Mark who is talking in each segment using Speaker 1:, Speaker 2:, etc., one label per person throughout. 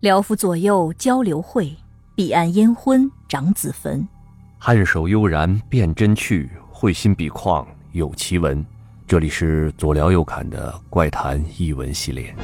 Speaker 1: 辽府左右交流会，彼岸烟婚长子坟。
Speaker 2: 颔首悠然辨真趣，会心笔况有奇文。这里是左聊右侃的怪谈译文系列。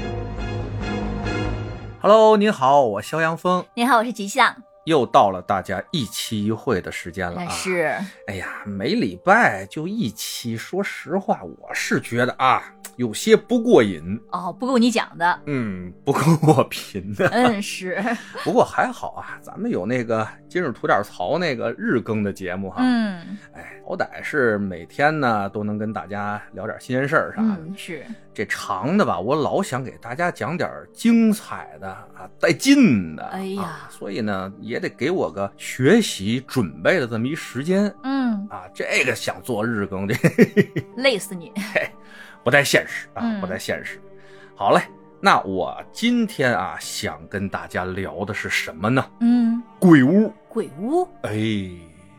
Speaker 3: Hello，您好，我肖阳峰，
Speaker 1: 你好，我是吉祥。
Speaker 3: 又到了大家一期一会的时间了
Speaker 1: 那
Speaker 3: 啊！，
Speaker 1: 是
Speaker 3: 哎呀，每礼拜就一期，说实话，我是觉得啊，有些不过瘾，
Speaker 1: 哦，不够你讲的。
Speaker 3: 嗯，不够我频 的。
Speaker 1: 嗯，是，
Speaker 3: 不过还好啊，咱们有那个今日吐点槽那个日更的节目哈，
Speaker 1: 嗯
Speaker 3: 哎，好歹是每天呢都能跟大家聊点新鲜事儿啥的。
Speaker 1: 嗯是，
Speaker 3: 这长的吧，我老想给大家讲点精彩的啊，带劲的。
Speaker 1: 哎呀
Speaker 3: 啊所以呢，也得给我个学习准备的这么一时间
Speaker 1: 嗯，
Speaker 3: 啊。这个想做日更，这
Speaker 1: 累死你。
Speaker 3: 不太现实啊
Speaker 1: 嗯，
Speaker 3: 不太现实。好嘞，那我今天啊，想跟大家聊的是什么呢？
Speaker 1: 嗯，
Speaker 3: 鬼屋。
Speaker 1: 鬼屋，
Speaker 3: 哎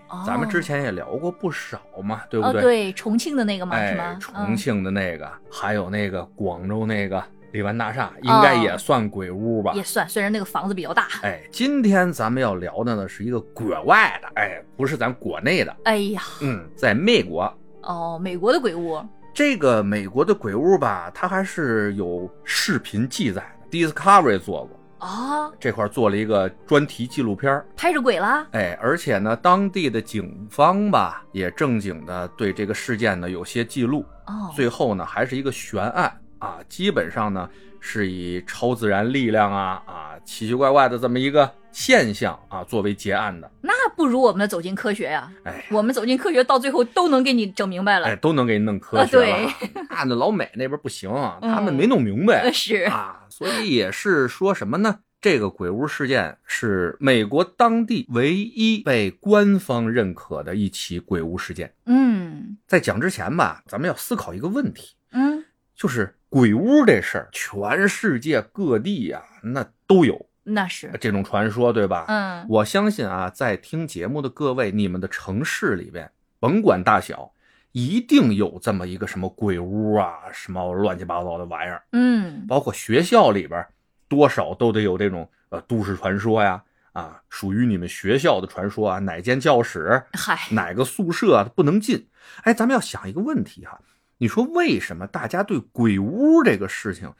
Speaker 1: 哦，
Speaker 3: 咱们之前也聊过不少嘛，对不
Speaker 1: 哦，
Speaker 3: 对？
Speaker 1: 对，重庆的那个嘛，是
Speaker 3: 哎
Speaker 1: 吗，？
Speaker 3: 重
Speaker 1: 嗯
Speaker 3: 庆的那个，还有那个广州那个丽湾大厦，应该也算鬼屋吧？
Speaker 1: 哦也算，虽然那个房子比较大。
Speaker 3: 哎，今天咱们要聊的呢是一个国外的，哎，不是咱国内的。
Speaker 1: 哎呀，
Speaker 3: 嗯，在美国，
Speaker 1: 哦，美国的鬼屋，
Speaker 3: 这个美国的鬼屋吧，它还是有视频记载的。Discovery 做过
Speaker 1: 啊，
Speaker 3: 这块儿做了一个专题纪录片儿，
Speaker 1: 拍着鬼啦。
Speaker 3: 哎，而且呢，当地的警方吧也正经的对这个事件呢有些记录。
Speaker 1: 哦，
Speaker 3: 最后呢，还是一个悬案啊，基本上呢是以超自然力量啊啊奇奇怪怪的这么一个现象啊作为结案的，
Speaker 1: 那不如我们的走进科学呀、
Speaker 3: 哎呀
Speaker 1: 我们走进科学到最后都能给你整明白了。
Speaker 3: 哎都能给你弄科学 了啊。那那老美那边不行啊，他们没弄明白
Speaker 1: 呃 是，
Speaker 3: 啊，所以也是说什么呢？这个鬼屋事件是美国当地唯一被官方认可的一起鬼屋事件。
Speaker 1: 嗯
Speaker 3: 在讲之前吧，咱们要思考一个问题，
Speaker 1: 嗯，
Speaker 3: 就是鬼屋这事儿，全世界各地呀、那都有
Speaker 1: 那是，
Speaker 3: 这种传说，对吧？
Speaker 1: 嗯
Speaker 3: 我相信啊，在听节目的各位，你们的城市里边，甭管大小，一定有这么一个什么鬼屋啊，什么乱七八糟的玩意儿，
Speaker 1: 嗯
Speaker 3: 包括学校里边，多少都得有这种呃都市传说呀，啊，属于你们学校的传说啊，哪间教室，
Speaker 1: 嗨，
Speaker 3: 哪个宿舍啊不能进。哎，咱们要想一个问题哈，你说为什么大家对鬼屋这个事情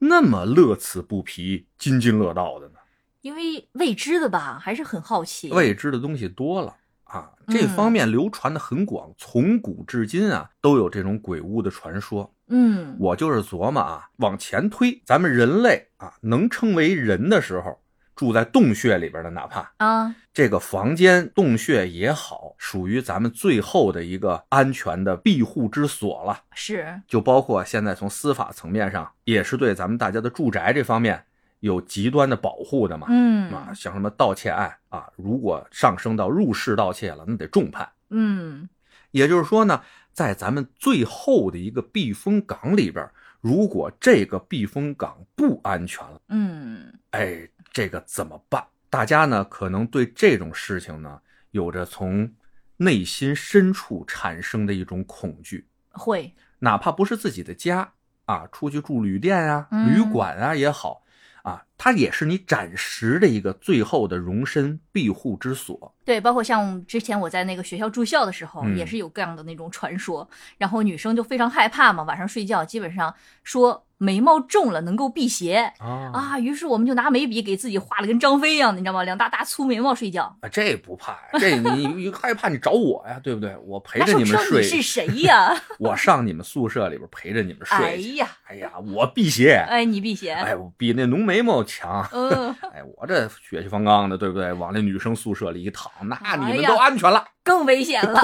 Speaker 3: 那么乐此不疲、津津乐道的呢？
Speaker 1: 因为未知的吧，还是很好奇。
Speaker 3: 未知的东西多了啊，
Speaker 1: 嗯
Speaker 3: 这方面流传的很广，从古至今啊都有这种鬼屋的传说。
Speaker 1: 嗯，
Speaker 3: 我就是琢磨啊，往前推，咱们人类啊能称为人的时候，住在洞穴里边的，哪怕
Speaker 1: 啊，
Speaker 3: 这个房间、洞穴也好，属于咱们最后的一个安全的庇护之所了。
Speaker 1: 是，
Speaker 3: 就包括现在从司法层面上，也是对咱们大家的住宅这方面有极端的保护的嘛。啊，
Speaker 1: 嗯
Speaker 3: 像什么盗窃案啊，如果上升到入室盗窃了，那得重判。
Speaker 1: 嗯，
Speaker 3: 也就是说呢，在咱们最后的一个避风港里边，如果这个避风港不安全了，
Speaker 1: 嗯，
Speaker 3: 哎，这个怎么办？大家呢可能对这种事情呢，有着从内心深处产生的一种恐惧，
Speaker 1: 会，
Speaker 3: 哪怕不是自己的家啊，出去住旅店啊、
Speaker 1: 嗯
Speaker 3: 旅馆啊也好，啊，它也是你暂时的一个最后的容身庇护之所。
Speaker 1: 对，包括像之前我在那个学校住校的时候，
Speaker 3: 嗯
Speaker 1: 也是有各样的那种传说，然后女生就非常害怕嘛，晚上睡觉基本上说眉毛重了能够辟邪。
Speaker 3: 啊
Speaker 1: 啊，于是我们就拿眉笔给自己画了跟张飞一样的，你知道吗？两大大粗眉毛睡觉。
Speaker 3: 啊，这不怕 呀，这你你害怕你找我呀，对不对？我陪
Speaker 1: 那时
Speaker 3: 着
Speaker 1: 候
Speaker 3: 哎你
Speaker 1: 知
Speaker 3: 们
Speaker 1: 道你
Speaker 3: 睡，
Speaker 1: 是谁呀、
Speaker 3: 我上你们宿舍里边陪着你们
Speaker 1: 哎
Speaker 3: 睡去。
Speaker 1: 呀，
Speaker 3: 哎呀，我辟邪，
Speaker 1: 哎，你避嫌。
Speaker 3: 哎，我比那浓眉毛强。
Speaker 1: 嗯，
Speaker 3: 哎，我这血气方刚的，对不对？往那女生宿舍里一躺，那你
Speaker 1: 哎
Speaker 3: 们
Speaker 1: 呀
Speaker 3: 都安全了。
Speaker 1: 更危险 了。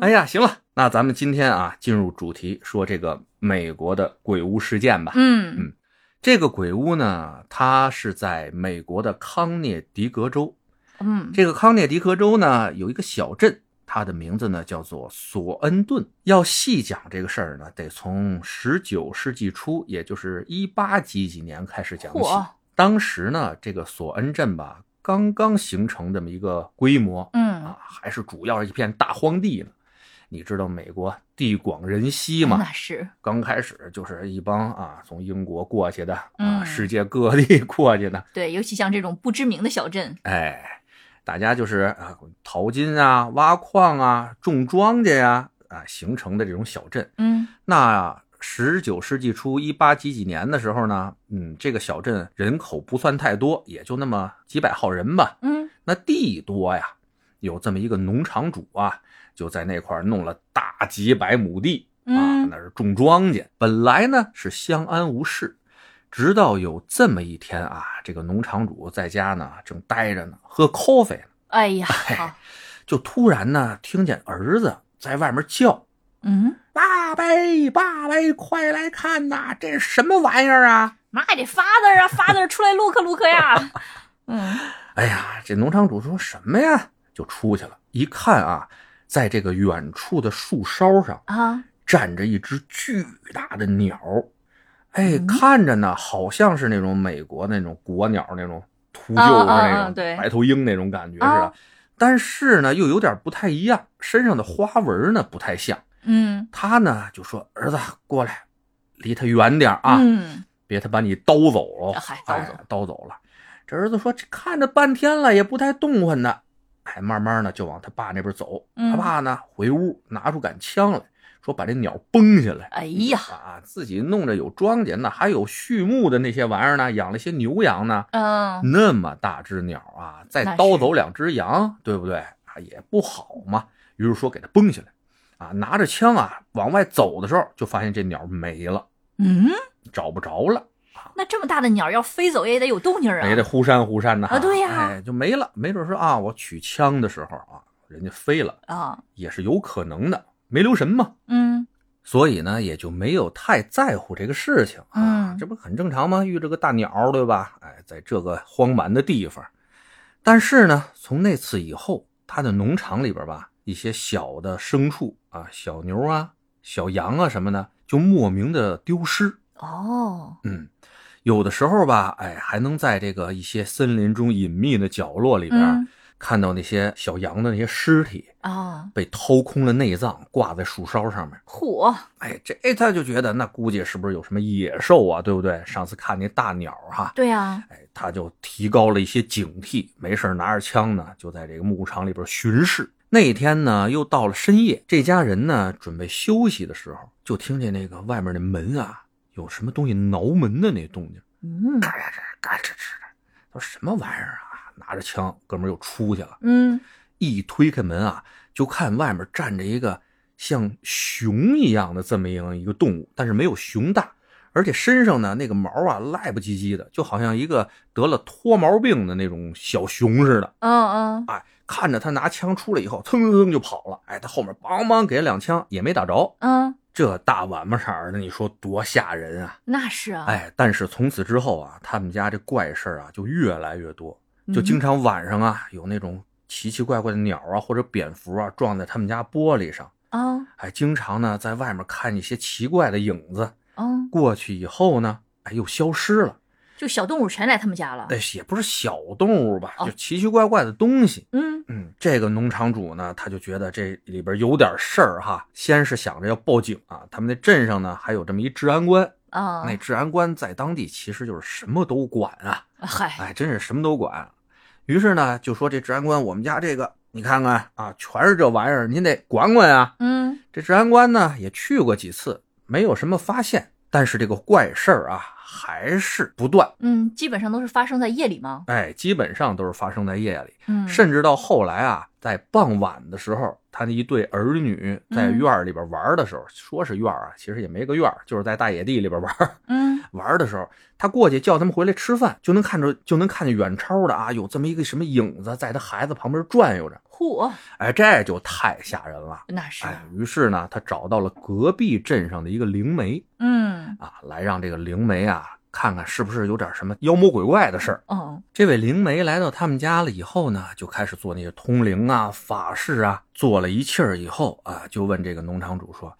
Speaker 3: 哎呀，行了，那咱们今天啊，进入主题，说这个美国的鬼屋事件吧。
Speaker 1: 嗯
Speaker 3: 这个鬼屋呢，它是在美国的康涅狄格州。
Speaker 1: 嗯，
Speaker 3: 这个康涅狄格州呢，有一个小镇，它的名字呢叫做索恩顿。要细讲这个事儿呢，得从十九世纪初，也就是一八几几年开始讲起。
Speaker 1: 嚯，
Speaker 3: 当时呢，这个索恩镇吧，刚刚形成这么一个规模，
Speaker 1: 嗯
Speaker 3: 啊，还是主要是一片大荒地呢。你知道美国地广人稀嘛，
Speaker 1: 那是
Speaker 3: 刚开始就是一帮啊从英国过去的啊，
Speaker 1: 嗯
Speaker 3: 世界各地过去的，
Speaker 1: 对，尤其像这种不知名的小镇，
Speaker 3: 哎，大家就是啊淘金啊、挖矿啊、种庄稼呀啊形成的这种小镇。
Speaker 1: 嗯
Speaker 3: 那十九世纪初一八几几年的时候呢，嗯，这个小镇人口不算太多，也就那么几百号人吧。
Speaker 1: 嗯，
Speaker 3: 那地多呀，有这么一个农场主啊，就在那块儿弄了大几百亩地啊，
Speaker 1: 嗯
Speaker 3: 那是种庄稼。本来呢是相安无事，直到有这么一天啊，这个农场主在家呢正待着呢，喝 coffee 呢，
Speaker 1: 哎呀，好，
Speaker 3: 就突然呢听见儿子在外面叫。
Speaker 1: 嗯，
Speaker 3: 爸呗，爸呗，快来看呐！这是什么玩意儿啊？
Speaker 1: 妈呀，这 father 啊，father 出来 look look 呀， 嗯
Speaker 3: 哎呀，这农场主说什么呀？就出去了，一看啊，在这个远处的树梢上
Speaker 1: 啊，
Speaker 3: 站着一只巨大的鸟，哎，
Speaker 1: 嗯
Speaker 3: 看着呢，好像是那种美国那种国鸟那种秃鹫
Speaker 1: 啊啊
Speaker 3: 那
Speaker 1: 啊
Speaker 3: 种
Speaker 1: 对
Speaker 3: 白头鹰那种感觉似的
Speaker 1: 啊，
Speaker 3: 但是呢，又有点不太一样，身上的花纹呢不太像。
Speaker 1: 嗯
Speaker 3: 他呢就说：“儿子，过来，离他远点儿啊。”
Speaker 1: 嗯，
Speaker 3: 别他把你叨走了，
Speaker 1: 啊嗨叨走
Speaker 3: 哎叨走了。这儿子说，这看着半天了也不太动换呢，哎，慢慢呢就往他爸那边走。
Speaker 1: 嗯
Speaker 3: 他爸呢回屋拿出杆枪来说，把这鸟崩下来。
Speaker 1: 哎呀，
Speaker 3: 啊，自己弄着有庄稼呢，还有畜牧的那些玩意儿呢，养了些牛羊呢。
Speaker 1: 嗯，
Speaker 3: 那么大只鸟啊，再
Speaker 1: 那是
Speaker 3: 叨走两只羊，对不对啊？也不好嘛。于是说给它崩下来，啊，拿着枪啊往外走的时候，就发现这鸟没了，
Speaker 1: 嗯，
Speaker 3: 找不着了。
Speaker 1: 那这么大的鸟要飞走也得有动静啊，
Speaker 3: 也得哎忽闪忽闪的
Speaker 1: 啊对呀
Speaker 3: 哎，就没了，没准说啊，我取枪的时候啊，人家飞了，
Speaker 1: 啊，
Speaker 3: 也是有可能的，没留神嘛，
Speaker 1: 嗯
Speaker 3: 所以呢，也就没有太在乎这个事情啊，
Speaker 1: 嗯
Speaker 3: 这不很正常吗？遇着个大鸟，对吧？哎，在这个荒蛮的地方，但是呢，从那次以后，他的农场里边吧，一些小的牲畜啊，小牛啊、小羊啊什么的，就莫名的丢失，
Speaker 1: 哦，
Speaker 3: 嗯，有的时候吧，哎，还能在这个一些森林中隐秘的角落里边、
Speaker 1: 嗯
Speaker 3: 看到那些小羊的那些尸体
Speaker 1: 啊，
Speaker 3: 被掏空了内脏，挂在树梢上面。
Speaker 1: 嚯，
Speaker 3: 哎，这他就觉得那估计是不是有什么野兽啊，对不对？上次看那大鸟哈，
Speaker 1: 对呀，
Speaker 3: 哎，他就提高了一些警惕，没事儿拿着枪呢，就在这个牧场里边巡视。那一天呢，又到了深夜，这家人呢准备休息的时候，就听见那个外面的门啊有什么东西挠门的那动静。
Speaker 1: 嗯
Speaker 3: 嘎吱吱嘎吱吱的，他说什么玩意儿啊？拿着枪，哥们儿又出去了。
Speaker 1: 嗯，
Speaker 3: 一推开门啊，就看外面站着一个像熊一样的这么样一个动物，但是没有熊大，而且身上呢那个毛啊赖不唧唧的，就好像一个得了脱毛病的那种小熊似的。
Speaker 1: 嗯嗯
Speaker 3: 哎，看着他拿枪出来以后，蹭蹭蹭就跑了。哎，他后面梆梆给了两枪，也没打着。
Speaker 1: 嗯，
Speaker 3: 这大晚巴色儿的，你说多吓人啊！
Speaker 1: 那是啊，
Speaker 3: 哎，但是从此之后啊，他们家这怪事儿啊就越来越多，就
Speaker 1: 嗯
Speaker 3: 经常晚上啊有那种奇奇怪怪的鸟啊或者蝙蝠啊撞在他们家玻璃上，
Speaker 1: 啊，
Speaker 3: 哎，经常呢在外面看一些奇怪的影子，
Speaker 1: 嗯，
Speaker 3: 过去以后呢，哎又消失了，
Speaker 1: 就小动物全来他们家了，
Speaker 3: 哎也不是小动物吧，
Speaker 1: 哦
Speaker 3: 就奇奇怪怪的东西。
Speaker 1: 嗯
Speaker 3: 嗯，这个农场主呢，他就觉得这里边有点事儿哈，先是想着要报警啊，他们那镇上呢还有这么一治安官，
Speaker 1: 啊，
Speaker 3: 那治安官在当地其实就是什么都管啊。
Speaker 1: 嗨，
Speaker 3: 哎，真是什么都管。于是呢，就说这治安官，我们家这个你看看啊，全是这玩意儿，您得管管啊。
Speaker 1: 嗯
Speaker 3: 这治安官呢也去过几次，没有什么发现，但是这个怪事儿啊还是不断。
Speaker 1: 嗯，基本上都是发生在夜里吗？
Speaker 3: 哎，基本上都是发生在夜里，
Speaker 1: 嗯，
Speaker 3: 甚至到后来啊，在傍晚的时候，他那一对儿女在
Speaker 1: 嗯
Speaker 3: 院儿里边玩儿的时候，说是院儿啊，其实也没个院儿，就是在大野地里边玩儿。
Speaker 1: 嗯
Speaker 3: 玩儿的时候，他过去叫他们回来吃饭，就能看着就能看见远超的啊，有这么一个什么影子在他孩子旁边转悠着，
Speaker 1: 嚯，
Speaker 3: 哎，这就太吓人了。
Speaker 1: 那是，
Speaker 3: 哎，于是呢，他找到了隔壁镇上的一个灵媒
Speaker 1: 嗯
Speaker 3: 啊，来让这个灵媒啊看看是不是有点什么妖魔鬼怪的事儿。
Speaker 1: 哦，
Speaker 3: 这位灵媒来到他们家了以后呢，就开始做那些通灵啊、法事啊，做了一气儿以后啊，就问这个农场主说：“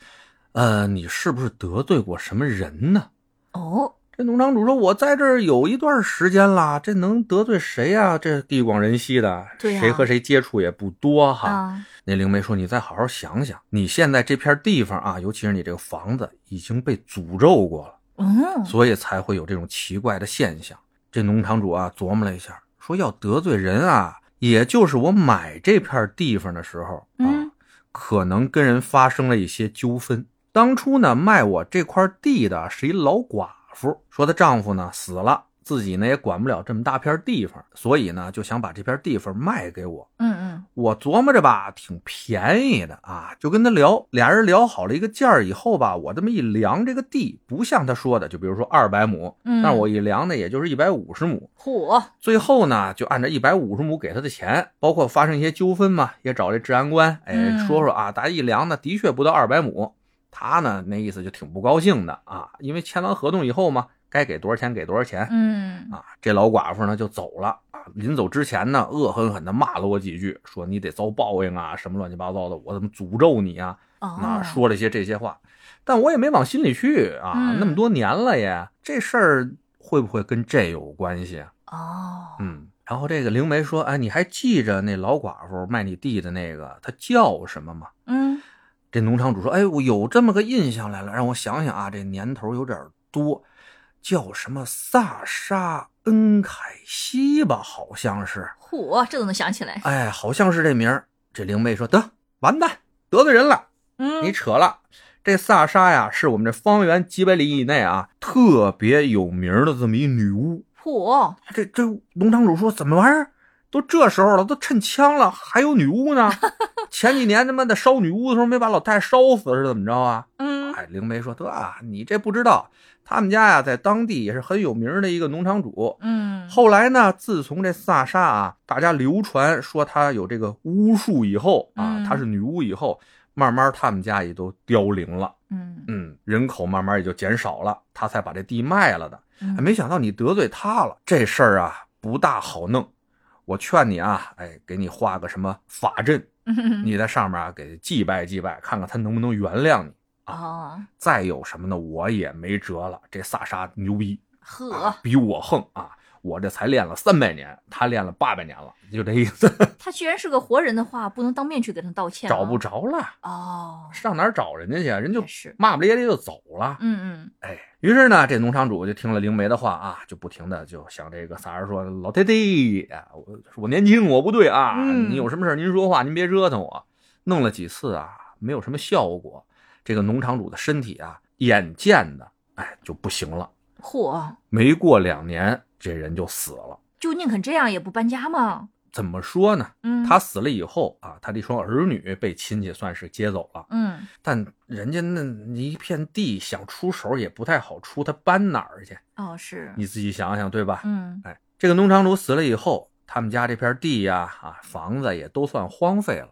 Speaker 3: 呃，你是不是得罪过什么人呢？”
Speaker 1: 哦，
Speaker 3: 这农场主说：“我在这儿有一段时间啦，这能得罪谁呀、这地广人稀的，
Speaker 1: 对呀
Speaker 3: 谁和谁接触也不多哈。
Speaker 1: 啊，
Speaker 3: 那灵媒说：“你再好好想想，你现在这片地方啊，尤其是你这个房子，已经被诅咒过了，
Speaker 1: 嗯，
Speaker 3: 所以才会有这种奇怪的现象。”这农场主啊琢磨了一下，说：“要得罪人啊，也就是我买这片地方的时候啊，
Speaker 1: 嗯
Speaker 3: 可能跟人发生了一些纠纷。当初呢，卖我这块地的是一老寡妇，说她丈夫呢死了。”自己呢也管不了这么大片地方，所以呢就想把这片地方卖给我。
Speaker 1: 嗯
Speaker 3: 我琢磨着吧，挺便宜的啊，就跟他聊，俩人聊好了一个价儿以后吧，我这么一量这个地，不像他说的，就比如说二百亩，
Speaker 1: 嗯，
Speaker 3: 但我一量呢，也就是一百五十亩。
Speaker 1: 嚯，
Speaker 3: 最后呢，就按照一百五十亩给他的钱，包括发生一些纠纷嘛，也找这治安官，哎，
Speaker 1: 嗯
Speaker 3: 说说啊，大家一量呢，的确不到二百亩，他呢那意思就挺不高兴的啊，因为签完合同以后嘛，该给多少钱给多少钱，
Speaker 1: 嗯
Speaker 3: 啊，这老寡妇呢就走了啊。临走之前呢，恶狠狠地骂了我几句，说你得遭报应啊，什么乱七八糟的，我怎么诅咒你啊？
Speaker 1: 哦，
Speaker 3: 那说了一些这些话，但我也没往心里去啊。
Speaker 1: 嗯
Speaker 3: 那么多年了也，这事儿会不会跟这有关系啊？
Speaker 1: 哦，
Speaker 3: 嗯。然后这个灵媒说：“哎，你还记着那老寡妇卖你地的那个，她叫什么吗？”
Speaker 1: 嗯
Speaker 3: 这农场主说：“哎，我有这么个印象来了，让我想想啊，这年头有点多，叫什么萨沙恩凯西吧，好像是。
Speaker 1: 嚯，这都能想起来，
Speaker 3: 哎，好像是这名儿。”这灵妹说：“得，完蛋，得罪人了，
Speaker 1: 嗯，
Speaker 3: 你扯了。这萨沙呀，是我们这方圆几百里以内啊特别有名儿的这么一女巫。
Speaker 1: 嚯，
Speaker 3: 这这农场主说怎么玩意儿？都这时候了，都趁枪了，还有女巫呢？ 前几年他妈的烧女巫的时候没把老太太烧死是怎么着啊？”
Speaker 1: 嗯
Speaker 3: 哎，灵媒说：“得啊，你这不知道，他们家呀，在当地也是很有名儿的一个农场主。
Speaker 1: 嗯，
Speaker 3: 后来呢，自从这萨沙啊，大家流传说他有这个巫术以后啊
Speaker 1: 嗯，
Speaker 3: 她是女巫以后，慢慢他们家也都凋零了，
Speaker 1: 嗯
Speaker 3: 嗯，人口慢慢也就减少了，他才把这地卖了的。哎
Speaker 1: 嗯，
Speaker 3: 没想到你得罪他了，这事儿啊不大好弄。我劝你啊，哎，给你画个什么法阵，
Speaker 1: 嗯
Speaker 3: 你在上面啊给祭拜祭拜，看看他能不能原谅你。”
Speaker 1: 哦，
Speaker 3: 再有什么呢？我也没辙了。这萨沙牛逼，
Speaker 1: 呵，
Speaker 3: 比我横啊！我这才练了三百年，他练了八百年了，就这意思，
Speaker 1: 他居然是个活人的话，不能当面去给他道歉， 啊
Speaker 3: 找不，着了，
Speaker 1: 哦，
Speaker 3: 上哪儿找人家去啊？人就
Speaker 1: 也是，
Speaker 3: 骂不咧咧就走了。
Speaker 1: 嗯
Speaker 3: 哎，于是呢，这农场主就听了灵媒的话啊，就不停的就想这个萨沙说：“老爹爹，啊我我年轻，我不对啊，
Speaker 1: 嗯
Speaker 3: 你有什么事儿您说话，您别折腾我。”弄了几次啊，没有什么效果，这个农场主的身体啊，眼见的哎就不行了。
Speaker 1: 嗯，嚯，
Speaker 3: 没过两年，这人就死了。
Speaker 1: 就宁肯这样也不搬家嘛，
Speaker 3: 怎么说呢？
Speaker 1: 嗯，
Speaker 3: 他，死了以后啊，他这双儿女被亲戚算是接走了，
Speaker 1: 嗯，
Speaker 3: 但人家那一片地想出手也不太好出，他搬哪儿去？
Speaker 1: 哦，是，
Speaker 3: 你自己想想，对吧？
Speaker 1: 嗯
Speaker 3: 哎，这个农场主死了以后，他们家这片地呀、啊，房子也都算荒废了。